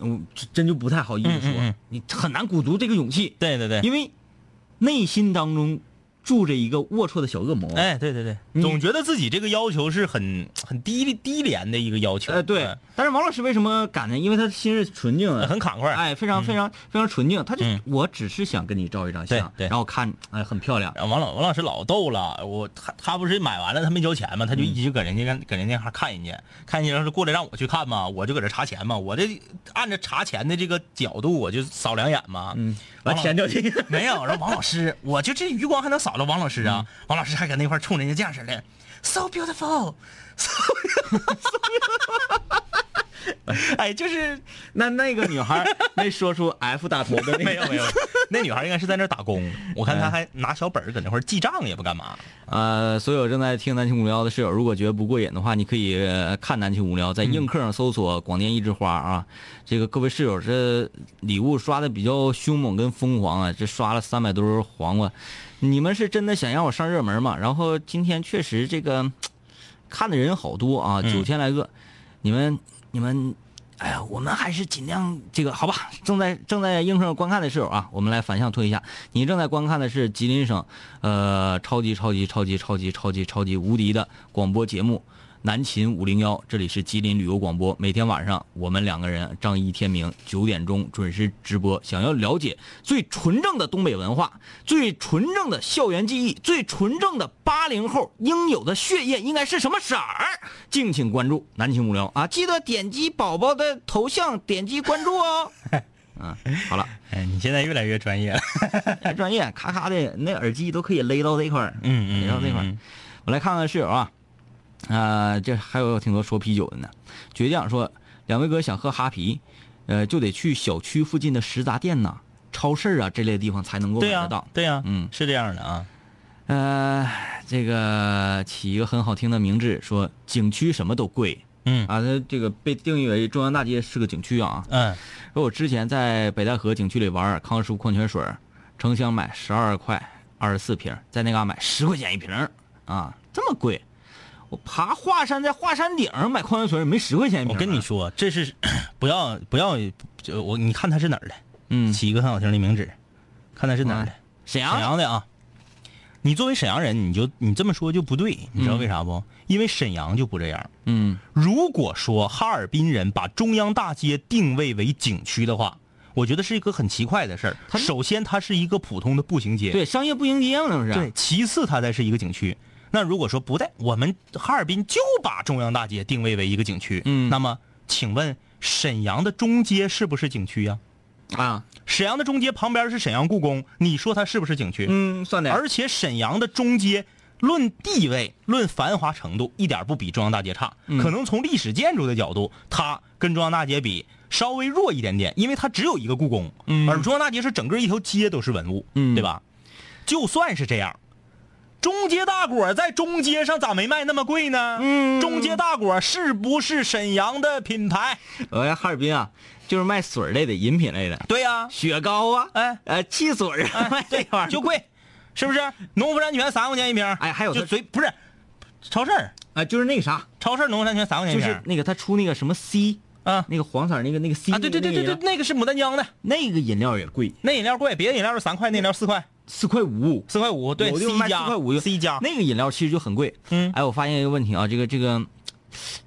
S2: 嗯，真就不太好意思说，
S3: 嗯嗯嗯
S2: 你很难鼓足这个勇气，
S3: 对对对，
S2: 因为内心当中住着一个龌龊的小恶魔。
S3: 哎对对对，
S2: 你
S3: 总觉得自己这个要求是很很低低廉的一个要求，嗯
S2: 呃，对，但是王老师为什么敢呢？因为他心是纯净的，
S3: 哎很
S2: 快，
S3: 慷慨，
S2: 哎，非常非常非常纯净。他就
S3: 嗯
S2: 我只是想跟你照一张相，
S3: 对对
S2: 然后看，哎，很漂亮。
S3: 然后王老王老师老逗了，我他他不是买完了他没交钱嘛，他就一直搁人家搁人家那哈看人家，看人家是过来让我去看嘛，我就搁这查钱嘛，我这按照查钱的这个角度我就扫两眼嘛，
S2: 嗯，
S3: 王
S2: 完
S3: 老
S2: 钱就进。
S3: 没有，然后王老师，我就这余光还能扫到王老师啊，王老师还搁那块儿冲人家这样似的，so beautiful，so beautiful，哎，就是
S2: 那那个女孩儿没说出 F 打头的那 个，
S3: 没有没有，那女孩应该是在那儿打工， 嗯我看她还拿小本儿搁那块儿记账也不干嘛，
S2: 呃，所有正在听南青无聊的室友，如果觉得不过瘾的话，你可以呃看南青无聊，在映客上搜索“广电一枝花”啊。这个各位室友，这礼物刷的比较凶猛跟疯狂啊，这刷了三百多根黄瓜，你们是真的想让我上热门吗？然后今天确实这个看的人好多啊，
S3: 嗯
S2: 九千来个，你们你们哎呀，我们还是尽量这个好吧。正在正在应声观看的室友啊，我们来反向推一下，你正在观看的是吉林省呃超级超级超级超级超级超级无敌的广播节目。南秦五零幺，这里是吉林旅游广播。每天晚上，我们两个人张一、天明九点钟准时直播。想要了解最纯正的东北文化、最纯正的校园记忆、最纯正的八零后应有的血液应该是什么色儿？敬请关注南秦五零幺啊！记得点击宝宝的头像，点击关注哦。嗯，好了，
S3: 哎，你现在越来越专业了。
S2: 太专业，咔咔的，那耳机都可以勒到这块儿，
S3: 嗯嗯
S2: 勒到这块
S3: 嗯
S2: 儿
S3: 嗯。
S2: 我来看看室友啊，啊、这还有挺多说啤酒的呢。倔强说，两位哥想喝哈啤，呃，就得去小区附近的食杂店呐、超市啊这类地方才能够买
S3: 对呀、
S2: 得到。
S3: 对呀、
S2: 嗯
S3: 是这样的啊。
S2: 呃，这个起一个很好听的名字，说景区什么都贵
S3: 嗯
S2: 啊，它这个被定义为中央大街是个景区啊。
S3: 嗯，
S2: 说我之前在北戴河景区里玩儿康师傅矿泉水儿，城乡买十二块二十四瓶儿，在那嘎买十块钱一瓶儿啊，这么贵！我爬华山，在华山顶儿买矿泉水儿没十块钱一瓶
S3: 我
S2: 儿啊。
S3: 跟你说，这是不要不要，就我你看他是哪儿的，
S2: 嗯，
S3: 起一个很好听的名字，看他是哪儿的，沈
S2: 沈阳
S3: 阳的啊。你作为沈阳人，你就你这么说就不对，你知道为啥不？因为沈阳就不这样。
S2: 嗯，
S3: 如果说哈尔滨人把中央大街定位为景区的话，我觉得是一个很奇怪的事儿。
S2: 它是
S3: 首先，它是一个普通的步行街，
S2: 对，商业步行街嘛，那不是？啊
S3: 对，，其次它才是一个景区。那如果说不在我们哈尔滨就把中央大街定位为一个景区，
S2: 嗯
S3: 那么请问沈阳的中街是不是景区呀、
S2: 啊，
S3: 沈阳的中街旁边是沈阳故宫，你说它是不是景区？
S2: 嗯，算点儿。
S3: 而且沈阳的中街，论地位、论繁华程度，一点不比中央大街差。
S2: 嗯
S3: 可能从历史建筑的角度，它跟中央大街比稍微弱一点点，因为它只有一个故宫，而中央大街是整个一条街都是文物，
S2: 嗯
S3: 对吧？就算是这样。中街大果在中街上咋没卖那么贵呢？嗯，中街大果是不是沈阳的品牌？
S2: 我在哈尔滨啊，就是卖水儿类的、饮品类的，
S3: 对呀、
S2: 雪糕啊，
S3: 哎
S2: 呃，汽水儿啊，卖这玩意儿
S3: 就贵，是不是？农夫山泉三块钱一瓶儿，
S2: 哎还有
S3: 就
S2: 它
S3: 随不是超市儿
S2: 啊，就是那个啥，
S3: 超市农夫山泉三块钱一
S2: 就
S3: 瓶
S2: 是
S3: 儿，
S2: 那个他出那个什么 C
S3: 啊
S2: 那个黄色儿那个那个 C
S3: 啊，对对对对对，，那个是牡丹江的，
S2: 那个饮料也贵，
S3: 那饮料贵，别的饮料是三块，那饮料四块，
S2: 四块五。
S3: 四块五，对
S2: 有
S3: ，C
S2: 的卖
S3: 加
S2: 四块五
S3: ，C 加，
S2: 那个饮料其实就很贵。
S3: 啊嗯
S2: 哎，我发现一个问题啊，这个这个，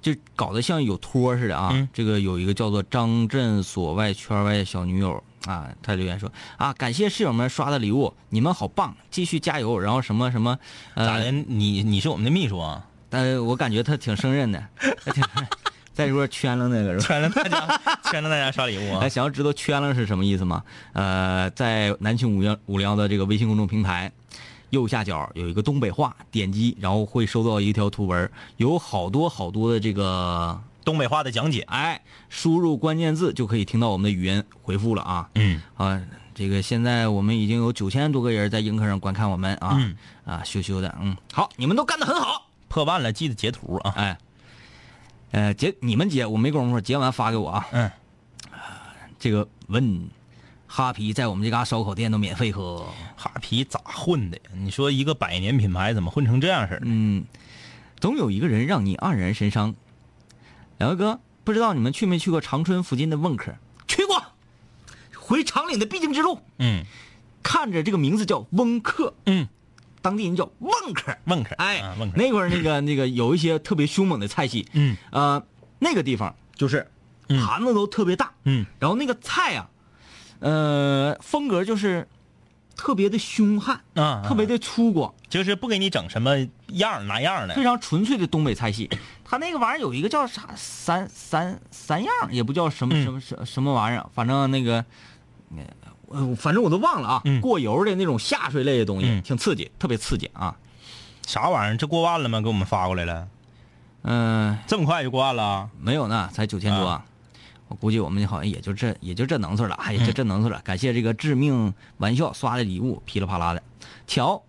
S2: 就搞得像有托似的啊。
S3: 嗯
S2: 这个有一个叫做张震所外圈外小女友啊，她留言说啊，感谢室友们刷的礼物，你们好棒，继续加油。然后什么什么，
S3: 咋
S2: 呃
S3: 的？，你你是我们的秘书啊？
S2: 但我感觉她挺胜任的，她挺再说圈了那个是吧？
S3: 圈了大家，圈了大家刷礼物啊
S2: 哎，！想要知道圈了是什么意思吗？呃，在南青五幺五零幺的这个微信公众平台右下角有一个东北话，点击然后会收到一条图文，有好多好多的这个，
S3: 东北话的讲解，
S2: 哎，输入关键字就可以听到我们的语音回复了啊。
S3: 嗯，
S2: 啊，这个现在我们已经有九千多个人在映客上观看我们啊，
S3: 嗯
S2: 啊，羞羞的，嗯，好，你们都干得很好，
S3: 破万了记得截图啊！
S2: 哎，呃，截你们截，我没工夫，截完发给我啊。
S3: 嗯，
S2: 这个问哈啤在我们这嘎烧烤店都免费喝。
S3: 哈皮咋混的呀？你说一个百年品牌怎么混成这样式儿的？
S2: 嗯，总有一个人让你黯然神伤。两位哥，不知道你们去没去过长春附近的汶科？去过，回长岭的必经之路。
S3: 嗯
S2: 看着这个名字叫翁克，
S3: 嗯，
S2: 当地人叫汶科。
S3: 问客，
S2: 哎
S3: 啊，问客，
S2: 那块儿那个那个有一些特别凶猛的菜系，
S3: 嗯，
S2: 呃，那个地方就是盘子都特别大，
S3: 嗯，
S2: 然后那个菜啊，呃，风格就是特别的凶悍，
S3: 啊
S2: 特别的粗犷，
S3: 就是不给你整什么样儿拿样儿的
S2: 非，常纯粹的东北菜系。它那个玩意儿有一个叫啥三三三样儿，也不叫什么
S3: 嗯
S2: 什么什什么玩意儿，反正那个，呃，我反正我都忘了啊。
S3: 嗯
S2: 过油的那种下水类的东西，
S3: 嗯
S2: 挺刺激，特别刺激啊。
S3: 啥玩意儿？这过万了吗？给我们发过来了，
S2: 嗯、
S3: 这么快就过万了啊？
S2: 没有呢，才九千多。
S3: 啊
S2: 我估计我们好像也就这也就这能事了，哎，
S3: 嗯
S2: 也就这能事了。感谢这个致命玩笑刷的礼物，噼里啪啦的。乔，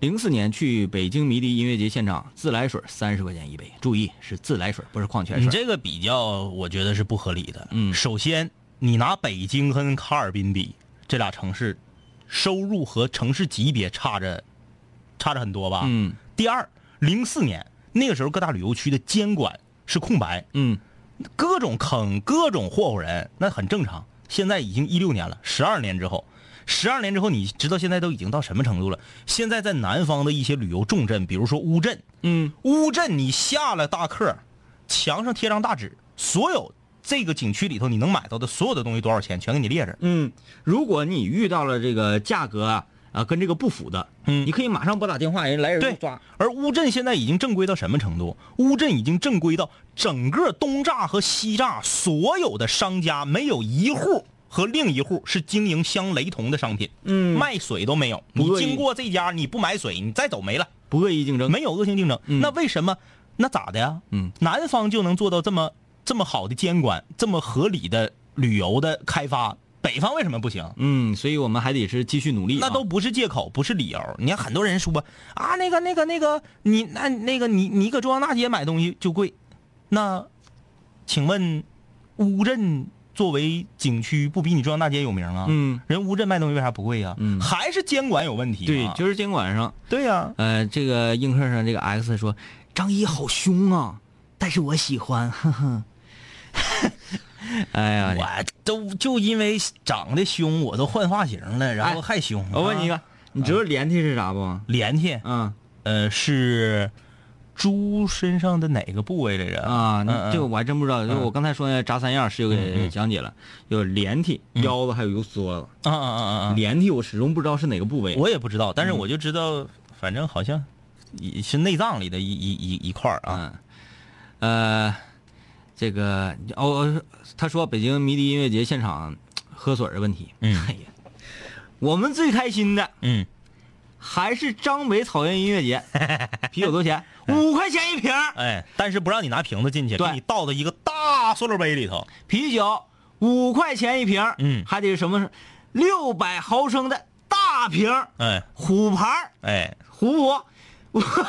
S2: 零四年去北京迷笛音乐节现场，自来水三十块钱一杯，注意是自来水，不是矿泉水。
S3: 你这个比较，我觉得是不合理的。
S2: 嗯
S3: 首先，你拿北京跟哈尔滨比，这俩城市收入和城市级别差着差着很多吧？。
S2: 嗯
S3: 第二，零四年那个时候各大旅游区的监管是空白，
S2: 嗯
S3: 各种坑，各种霍霍人，那很正常。现在已经一六年了，十二年之后，十二年之后，你知道现在都已经到什么程度了？现在在南方的一些旅游重镇，比如说乌镇，
S2: 嗯，
S3: 乌镇你下了大客，墙上贴张大纸，所有这个景区里头你能买到的所有的东西多少钱，全给你列着。
S2: 嗯，如果你遇到了这个价格啊、啊跟这个不符的，
S3: 嗯
S2: 你可以马上拨打电话，人来人
S3: 对
S2: 就抓。，
S3: 而乌镇现在已经正规到什么程度？乌镇已经正规到整个东栅和西栅所有的商家没有一户和另一户是经营相雷同的商品，
S2: 嗯
S3: 卖水都没有。
S2: 不
S3: 你
S2: 恶意
S3: 经过这家，你不买水，你再走没了，
S2: 不恶意竞争，
S3: 没有恶性竞争。
S2: 嗯
S3: 那为什么？那咋的呀？
S2: 嗯，
S3: 南方就能做到这么这么好的监管，这么合理的旅游的开发，北方为什么不行？
S2: 嗯，所以我们还得是继续努力、啊
S3: 那都，不啊是借口，不是理由。你看很多人说啊，那个那个那个，你那那个你你搁中央大街买东西就贵，那请问乌镇作为景区不比你中央大街有名啊？
S2: 嗯，
S3: 人乌镇卖东西为啥不贵呀、啊
S2: 嗯
S3: 还是监管有问题啊
S2: 对
S3: 嘛？，
S2: 就是监管上，
S3: 对呀、
S2: 呃，这个映客上这个 X 说，张一好凶啊，但是我喜欢， 呵呵。哎呀，
S3: 我都就因为长得凶，我都换发型了，然后
S2: 哎
S3: 还凶。啊
S2: 我问你一个，，你知道连体是啥不？
S3: 连体，
S2: 嗯
S3: 呃，是猪身上的哪个部位来着？
S2: 啊，
S3: 嗯
S2: 那这个我还真不知道。就是我刚才说的炸三样，室友给讲解了，有连体、腰子还有油梭子。
S3: 嗯啊啊啊啊！
S2: 连体我始终不知道是哪个部位。
S3: 我也不知道，但是我就知道，反正好像也是内脏里的一一一一块儿啊。
S2: 嗯，呃，这个哦，哦他说北京迷笛音乐节现场喝水的问题。
S3: 嗯
S2: 哎呀，我们最开心的
S3: 嗯，
S2: 还是张北草原音乐节，啤酒多少钱？五块钱一瓶儿，
S3: 哎，但是不让你拿瓶子进去，
S2: 对
S3: 给你倒到一个大塑料杯里头。
S2: 啤酒五块钱一瓶儿，
S3: 嗯
S2: 还得是什么六百毫升的大瓶儿
S3: 哎
S2: 虎牌儿
S3: 哎，
S2: 虎 虎，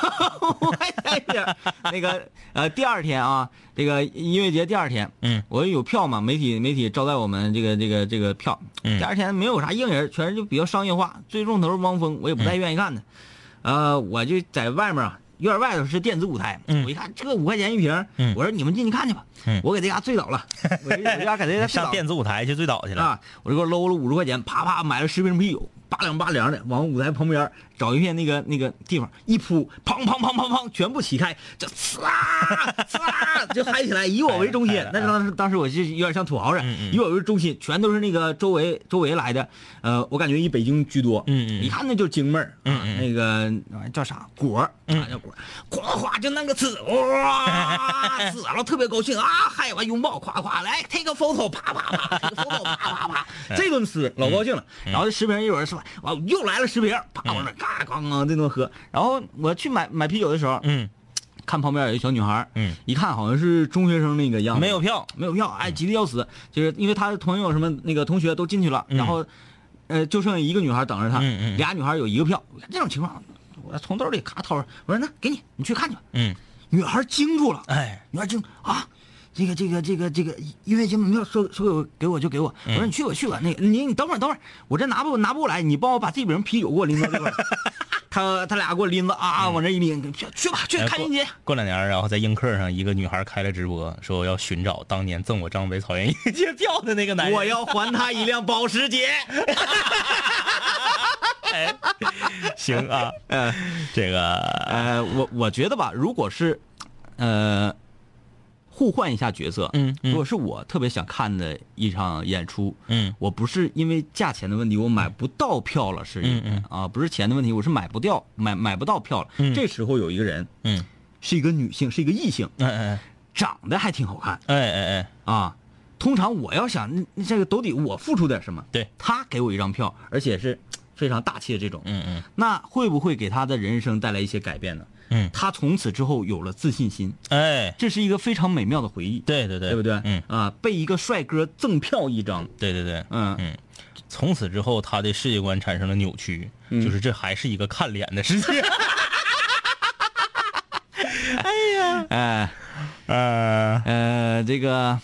S2: 我在这那个呃，第二天啊，这个音乐节第二天，
S3: 嗯，
S2: 我有票嘛，媒体媒体招待我们这个这个这个票，
S3: 嗯
S2: 第二天没有啥硬人，全是就比较商业化，最重头是汪峰，我也不太愿意看的，呃，我就在外面啊。院外头是电子舞台，
S3: 嗯
S2: 我一看这五块钱一瓶，
S3: 嗯
S2: 我说你们进去看去吧，
S3: 嗯
S2: 我给这家醉倒了，我就我就要给这家醉 倒
S3: 上
S2: 了
S3: 电子舞台去醉倒去了。
S2: 啊，我就给我搂了五十块钱，啪啪买了十瓶啤酒，八两八两的，往舞台旁边找一片那个那个地方一铺，砰砰砰砰砰，全部起开，就呲啊 呲啊，就嗨起来，以我为中心
S3: 嗨了。
S2: 那当时当时我就有点像土豪似的
S3: 哎嗯，嗯
S2: 以我为中心，全都是那个周围周围来的，呃，我感觉以北京居多，
S3: 嗯嗯
S2: 一看那就京妹儿，
S3: 嗯
S2: 啊
S3: 嗯
S2: 那个那玩意儿叫啥果儿，啊叫果儿，夸夸就那个呲，哇，呲完了特别高兴啊，嗨完拥抱，夸夸来 take a photo，啪啪啪，take a photo，啪 啪
S3: 哎
S2: 啪，这顿呲老高兴了。
S3: 嗯
S2: 然后这十瓶一会儿是吧，哇又来了十瓶，啪往那嘎咣咣这顿喝。然后我去买买啤酒的时候，
S3: 嗯
S2: 看旁边有一小女孩，
S3: 嗯，
S2: 一看好像是中学生那个样子，
S3: 没有票。
S2: 没有票，哎，急得要死，就是因为他的朋友什么那个同学都进去了，然后，呃，就剩一个女孩等着他，
S3: 嗯嗯嗯
S2: 俩女孩有一个票，这种情况，我从兜里咔掏出，我说那给你，你去看去吧。
S3: 嗯，
S2: 女孩惊住了，
S3: 哎，
S2: 女孩惊啊，这个这个这个这个音乐节门票说说给我给我就给我，
S3: 嗯
S2: 我说你去吧去吧，那个你你等会儿等会儿，我这拿不拿不来，你帮我把这瓶啤酒给我拎到这块儿。 他他俩给我拎着啊，往这一拎，去去吧，去
S3: 嗯哎
S2: 看
S3: 过
S2: 音节。
S3: 过两年，然后在映客上，一个女孩开了直播，说我要寻找当年赠我张北草原音乐节票的那个男人。
S2: 我要还他一辆保时捷。
S3: 行啊，嗯，这个
S2: 呃，我我觉得吧，如果是，呃，互换一下角色，
S3: 嗯嗯
S2: 如果是我特别想看的一场演出，
S3: 嗯
S2: 我不是因为价钱的问题，我买不到票了，是因为、
S3: 嗯
S2: 啊，不是钱的问题，我是买不掉，买买不到票了。
S3: 嗯
S2: 这时候有一个人
S3: 嗯
S2: 是一个女性，是一个异性，
S3: 哎哎
S2: 长得还挺好看
S3: 哎哎哎，
S2: 啊。通常我要想那这个都得我付出点什么，
S3: 对
S2: 他给我一张票，而且是非常大气的这种，
S3: 嗯嗯
S2: 那会不会给他的人生带来一些改变呢？
S3: 嗯，
S2: 他从此之后有了自信心，
S3: 哎，
S2: 这是一个非常美妙的回忆，
S3: 对对对，
S2: 不对？
S3: 嗯，
S2: 啊，被一个帅哥赠票一张，
S3: 对对对，
S2: 嗯
S3: 嗯，从此之后他的世界观产生了扭曲，就是这还是一个看脸的世界。
S2: 哎
S3: 呃，
S2: 呃，这个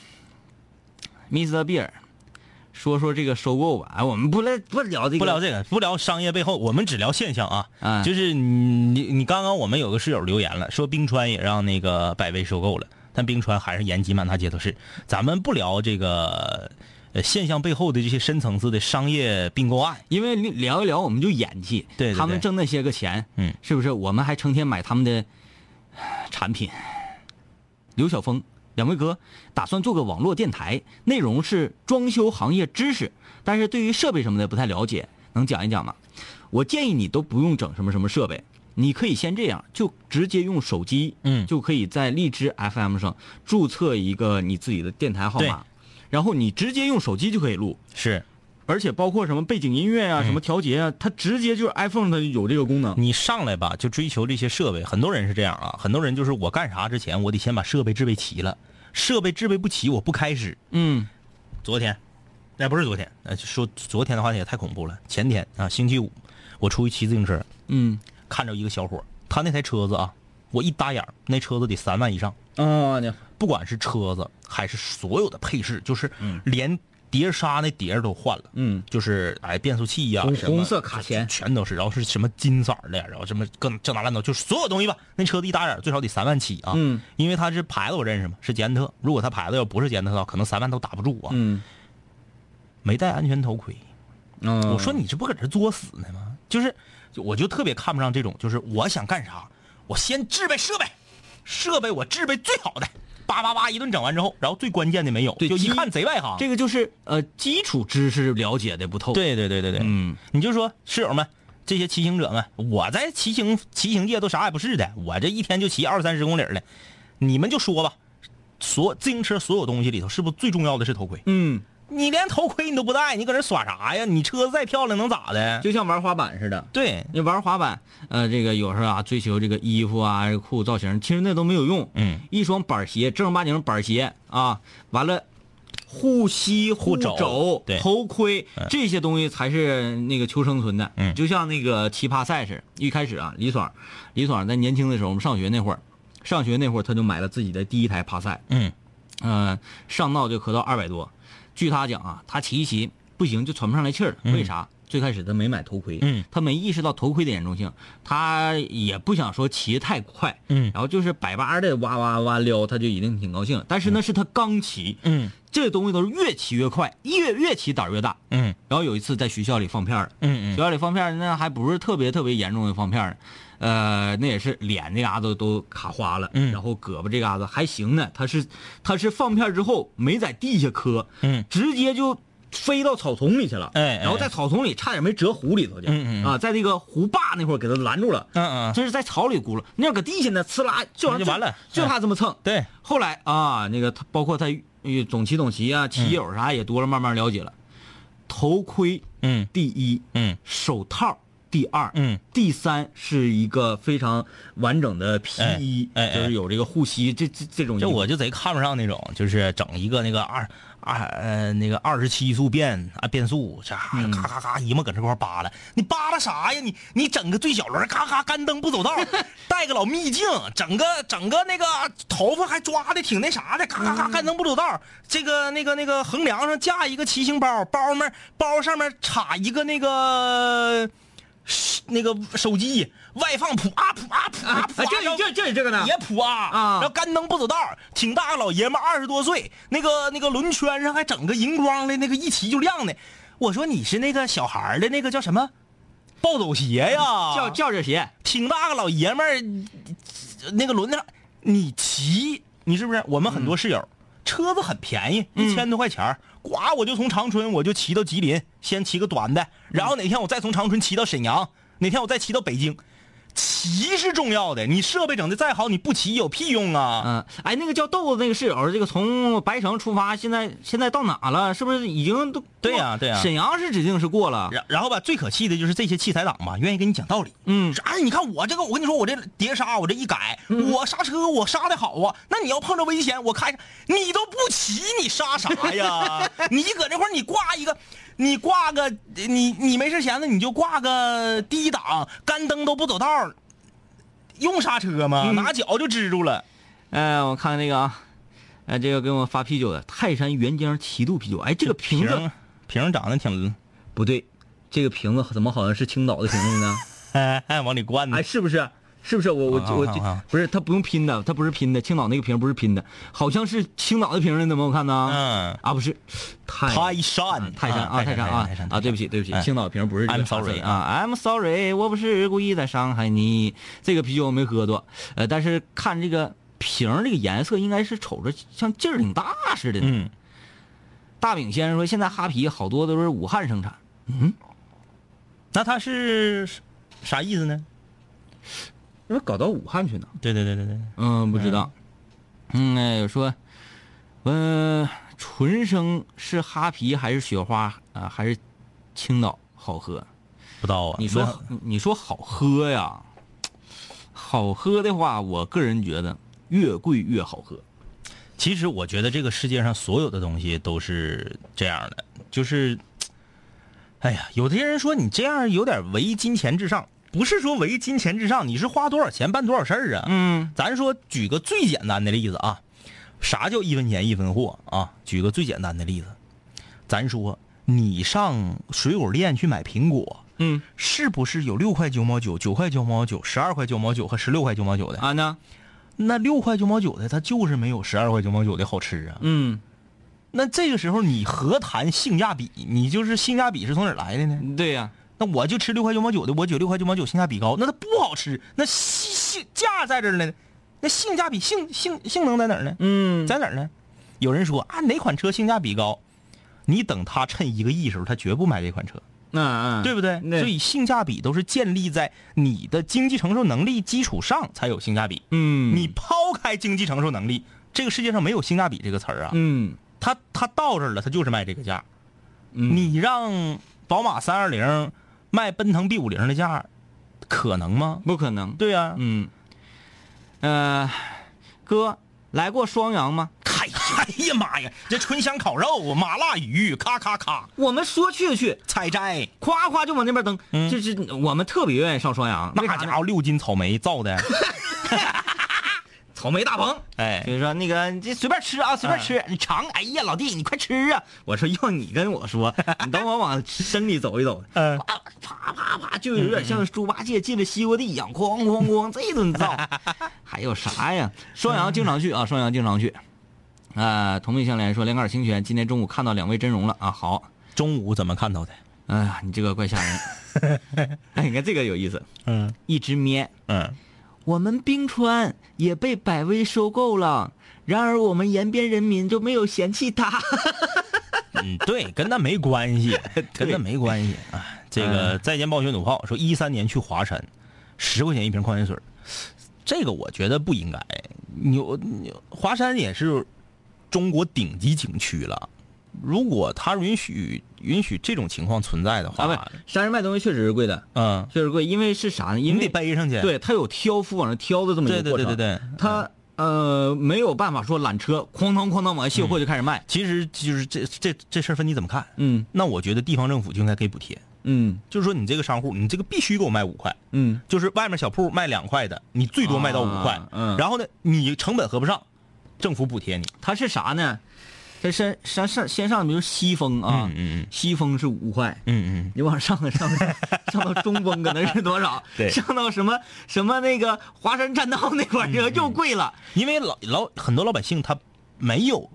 S2: Mr. 比尔说说这个收购吧，哎，我们不来不聊这个，
S3: 不聊这个，不聊商业背后，我们只聊现象啊。
S2: 嗯
S3: 就是你你你刚刚我们有个室友留言了，说冰川也让那个百威收购了，但冰川还是延吉、满大街都是。咱们不聊这个呃现象背后的这些深层次的商业并购案，
S2: 因为聊一聊我们就演技，
S3: 对对
S2: 他们
S3: 对
S2: 挣那些个钱，
S3: 嗯，
S2: 是不是？我们还成天买他们的唉产品。刘晓峰，两位哥打算做个网络电台，内容是装修行业知识，但是对于设备什么的不太了解，能讲一讲吗？我建议你都不用整什么什么设备，你可以先这样，就直接用手机，
S3: 嗯
S2: 就可以在荔枝 FM 上注册一个你自己的电台号
S3: 对
S2: 码，然后你直接用手机就可以录。
S3: 是
S2: 而且包括什么背景音乐
S3: 嗯
S2: 啊、什么调节啊，它直接就是 iPhone 它有这个功能。
S3: 你上来吧，就追求这些设备。很多人是这样啊，很多人就是我干啥之前，我得先把设备制备齐了。设备制备不齐，我不开始。
S2: 嗯，
S3: 昨天，那、不是昨天，呃，说昨天的话也太恐怖了。前天啊，星期五，我出去骑自行车，
S2: 嗯，
S3: 看着一个小伙儿，他那台车子啊，我一搭眼儿，那车子得三万以上，
S2: 啊，
S3: 不管是车子还是所有的配饰，就是连碟刹那碟儿都换了，
S2: 嗯，
S3: 就是哎变速器呀、
S2: 红
S3: 什么
S2: 红色卡钳
S3: 全都是，然后是什么金色儿的，然后什么各这那烂糟，就是所有东西吧，那车子一打眼儿最少得三万起啊，
S2: 嗯，
S3: 因为它是牌子我认识嘛，是捷安特，如果它牌子要不是捷安特的话，可能三万都打不住啊，
S2: 嗯，
S3: 没戴安全头盔，
S2: 嗯
S3: 我说你这不搁这作死呢吗？就是，就我就特别看不上这种，就是我想干啥，我先制备设备，设备我制备最好的，叭叭叭一顿整完之后，然后最关键的没有，
S2: 对
S3: 就一
S2: 基
S3: 看贼外行。
S2: 这个就是呃基础知识了解的不透。，
S3: 对对对对对，
S2: 嗯，
S3: 你就说室友们。这些骑行者们，我在骑行骑行界都啥也不是的，我这一天就骑二三十公里儿了。你们就说吧，所自行车所有东西里头，是不是最重要的是头盔？
S2: 嗯，
S3: 你连头盔你都不戴，你搁那耍啥呀？你车再漂亮能咋的？
S2: 就像玩滑板似的。
S3: 对，
S2: 你玩滑板，呃，这个有时候啊，追求这个衣服啊、这个裤子造型，其实那都没有用。
S3: 嗯，
S2: 一双板鞋，正儿八经板鞋啊，完了，护膝、护
S3: 肘
S2: 肘
S3: 对
S2: 头盔这些东西才是那个求生存的。
S3: 嗯
S2: 就像那个奇葩赛似的，一开始啊，李爽，李爽在年轻的时候，我们上学那会儿，上学那会儿他就买了自己的第一台帕赛，
S3: 嗯，
S2: 嗯，上道就可到二百多。据他讲啊，他骑一骑不行就喘不上来气儿了。为啥？最开始他没买头盔，
S3: 嗯
S2: 他没意识到头盔的严重性，他也不想说骑得太快，
S3: 嗯
S2: 然后就是百八的哇哇哇撩，他就一定挺高兴。但是那是他刚骑，
S3: 嗯，
S2: 这东西都是越骑越快，越越骑胆儿越大。
S3: 嗯
S2: 然后有一次在学校里放片儿了，
S3: 嗯
S2: 学校里放片儿那还不是特别特别严重的放片儿，呃，那也是脸这嘎子都卡花了，
S3: 嗯
S2: 然后胳膊这嘎子还行呢，他是他是放片儿之后没在地下磕，
S3: 嗯
S2: 直接就飞到草丛里去了，
S3: 哎哎
S2: 然后在草丛里差点没折湖里头去，
S3: 嗯嗯嗯
S2: 啊，在那个湖坝那会儿给他拦住了，
S3: 嗯嗯，
S2: 这是在草里轱辘，那要搁地下呢，呲啦就
S3: 那就完了嗯
S2: 就怕这么蹭，
S3: 对，
S2: 后来啊，那个他包括他呃总骑总骑啊，骑友啥也多了，慢慢了解了。头盔
S3: 嗯
S2: 第一，
S3: 嗯
S2: 手套第二，
S3: 嗯，
S2: 第三是一个非常完整的皮衣，
S3: 哎哎哎
S2: 就是有这个护膝，这这这种衣
S3: 这
S2: 服
S3: 我就贼看不上那种，就是整一个那个二二呃那个二十七速变啊变速，这咔咔咔一么搁这块扒拉，你扒拉啥呀？你你整个最小轮，咔咔干蹬不走道，戴个老秘镜，整个整个那个头发还抓的挺那啥的，咔咔咔干蹬不走道。这个那个那个横梁上架一个骑行包，包面包上面插一个那个。是那个手机外放谱啊谱啊谱啊谱啊，
S2: 啊这
S3: 然后
S2: 这这这个呢
S3: 也普啊
S2: 啊
S3: 然后干蹬不走道儿，挺大个老爷们儿，二十多岁，那个那个轮圈上还整个荧光的那个一骑就亮的。我说你是那个小孩儿的那个叫什么暴走鞋呀？
S2: 叫叫这鞋，
S3: 挺大个老爷们儿，那个轮子上你骑，你是不是？我们很多室友、车子很便宜，一千多块钱儿，呱我就从长春我就骑到吉林，先骑个短的，然后哪天我再从长春骑到沈阳，哪天我再骑到北京。骑是重要的，你设备整的再好，你不骑有屁用啊！
S2: 嗯、哎，那个叫豆子那个室友，这个从白城出发，现在现在到哪了？是不是已经都
S3: 对呀对呀
S2: 沈阳是指定是过了，
S3: 然然后吧，最可气的就是这些器材党吧，愿意跟你讲道理。
S2: 嗯
S3: 说哎，你看我这个，我跟你说，我这碟刹，我这一改，我刹车我刹的好啊。那你要碰着危险，我开你都不骑，你刹啥呀？ 你搁这块儿你挂一个，你挂个你你没事闲的你就挂个低档，干蹬都不走道儿，用刹车吗？
S2: 嗯
S3: 拿脚就支住了。
S2: 哎，我看看这个啊，哎，这个给我发啤酒的泰山原浆七度啤酒，哎，这个瓶子
S3: 瓶瓶长得挺，
S2: 不对，这个瓶子怎么好像是青岛的瓶子呢？
S3: 哎哎，往里灌呢
S2: 哎，。是不是？是不是？我我
S3: 啊
S2: 我
S3: 啊
S2: 这
S3: 啊
S2: 不是它不用拼的，它不是拼的，青岛那个瓶不是拼的，好像是青岛的瓶儿呢，怎么我看呢？
S3: 嗯
S2: 啊，不是，泰
S3: 泰山
S2: 泰山啊，
S3: 啊泰
S2: 泰
S3: 山
S2: 山
S3: 泰
S2: 啊
S3: 山
S2: 啊！对不起，对不起
S3: 哎，
S2: 青岛瓶不是这个
S3: I'm sorry
S2: 茶色啊，I'm sorry，我不是故意在伤害你。这个啤酒我没喝多，呃，但是看这个瓶儿这个颜色，应该是瞅着像劲儿挺大似的呢。
S3: 嗯，
S2: 大饼先生说，现在哈啤好多都是武汉生产，
S3: 那他是啥意思呢？
S2: 怎么搞到武汉去呢？
S3: 对对对对对，
S2: 嗯，不知道。嗯，哎有说，嗯、纯生是哈啤还是雪花啊、还是青岛好喝？
S3: 不知道啊。
S2: 你说
S3: 那
S2: 你你说好喝呀？好喝的话，我个人觉得越贵越好喝。
S3: 其实我觉得这个世界上所有的东西都是这样的，就是，哎呀，有些人说你这样有点唯金钱至上，不是说唯金钱至上，你是花多少钱办多少事儿啊。
S2: 嗯，
S3: 咱说举个最简单的例子啊，啥叫一分钱一分货啊？举个最简单的例子，咱说你上水果店去买苹果，
S2: 嗯，
S3: 是不是有六块九毛九、九块九毛九、十二块九毛九和十六块九毛九的？
S2: 啊呢，
S3: 那六块九毛九的，它就是没有十二块九毛九的好吃啊。
S2: 嗯，
S3: 那这个时候你何谈性价比？你就是性价比是从哪儿来的呢？
S2: 对呀、
S3: 那我就吃六块九毛九的，我觉得六块九毛九性价比高，那它不好吃，那性性价在这儿呢，那性价比性性性能在哪儿呢？
S2: 嗯，
S3: 在哪儿呢？有人说啊，哪款车性价比高？你等他趁一个亿的时候，他绝不买这款车，
S2: 那、啊
S3: 对不对？
S2: 那
S3: 所以性价比都是建立在你的经济承受能力基础上才有性价比。
S2: 嗯，
S3: 你抛开经济承受能力，这个世界上没有性价比这个词儿啊。
S2: 嗯
S3: 他他到这儿了，他就是卖这个价。
S2: 嗯
S3: 你让宝马三二零卖奔腾 B 五零的价，可能吗？
S2: 不可能。
S3: 对啊呀、
S2: 嗯，呃，哥来过双阳吗？
S3: 嗨、哎呀妈呀，这春香烤肉、麻辣鱼，咔咔咔，
S2: 我们说去就去，
S3: 采摘，
S2: 夸夸就往那边蹬，
S3: 嗯
S2: 这是我们特别愿意上双阳，
S3: 那家伙六斤草莓造 的，
S2: 草莓大棚。
S3: 哎嗯
S2: 所，以说那个你这随便吃啊，随便吃，你尝。哎呀，老弟，你快吃啊！我说要你跟 我说，你等我往深里走一走，
S3: 嗯
S2: 啪啪啪啪，就有点像猪八戒进了西瓜地一样，哐哐哐，这顿 造。还有啥呀？双阳经常去啊，双阳经常去。啊、同病相怜说，连杆儿清泉今天中午看到两位真容了啊，好。
S3: 中午怎么看到的？
S2: 哎呀，你这个怪吓人。 哎，你看这个有意思，
S3: 嗯
S2: 一只咩。
S3: 嗯，
S2: 我们冰川也被百威收购了，然而我们延边人民就没有嫌弃它。
S3: 嗯，对，跟那没关 系，跟那没关系啊。哎这个
S2: 嗯
S3: 再见暴雪弩炮说，一三年去华山，十块钱一瓶矿泉水儿，这个我觉得不应该。你有你华山也是中国顶级景区了，如果他允许允许这种情况存在的
S2: 啊，不
S3: 话，，
S2: 山上卖东西确实是贵的，
S3: 嗯，
S2: 确实贵，因为是啥呢？因
S3: 你
S2: 为
S3: 得背上去。
S2: 对，它有挑夫往上挑的这么一
S3: 对
S2: 个
S3: 对对
S2: 过程。
S3: 对对，
S2: 它呃没有办法说缆车哐当哐当往下卸货就开始卖。
S3: 其实就是这这这事儿分你怎么看。
S2: 嗯
S3: 那我觉得地方政府就应该给补贴，
S2: 嗯
S3: 就是说你这个商户，你这个必须给我卖五块，
S2: 嗯
S3: 就是外面小铺卖两块的，你最多卖到五块，
S2: 啊嗯
S3: 然后呢，你成本合不上，政府补贴你，
S2: 它是啥呢？它先先上先上，比如西风啊，
S3: 嗯嗯嗯
S2: 西风是五块，
S3: 嗯嗯，
S2: 你往上上上上到中峰可能是多少？
S3: 对
S2: 上到什么什么那个华山栈道那
S3: 嗯
S2: 块儿就又贵了。
S3: 因为老老很多老百姓他没有，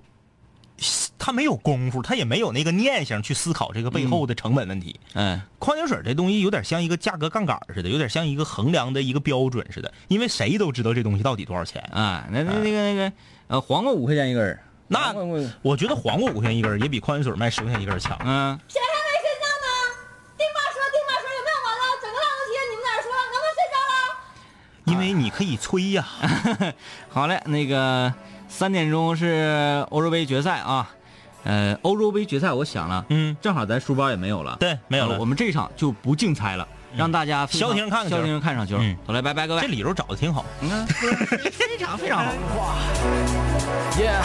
S3: 他没有功夫，他也没有那个念想去思考这个背后的成本问题。
S2: 嗯
S3: 矿泉水这东西有点像一个价格杠杆似的，有点像一个衡量的一个标准似的，因为谁都知道这东西到底多少钱。
S2: 啊，那那那个那个呃，黄瓜五块钱一根儿，
S3: 那
S2: 黄瓜五
S3: 我觉得黄瓜五块钱一根儿也比矿泉水卖十块钱一根儿强。
S2: 嗯，
S6: 谁还没睡觉呢？丁妈说，丁妈说，有没
S3: 因为
S6: 有完了？整个浪头鞋你们在这说了，能不能睡着了？
S3: 你可以催呀、
S2: 嗯 好嘞，那个三点钟是欧洲杯决赛啊，呃，欧洲杯决赛我想了，
S3: 嗯，
S2: 正好咱书包也没有了，
S3: 对没有了嗯
S2: 呃我们这一场就不竞猜了，让大家非常
S3: 消停看看球
S2: 消停看场球
S3: 嗯，
S2: 好嘞，拜拜各
S3: 这
S2: 位，
S3: 理由 找的挺好。
S2: 嗯，非常非常好。
S5: Yeah，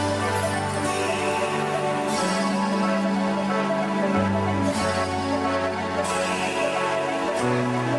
S4: 我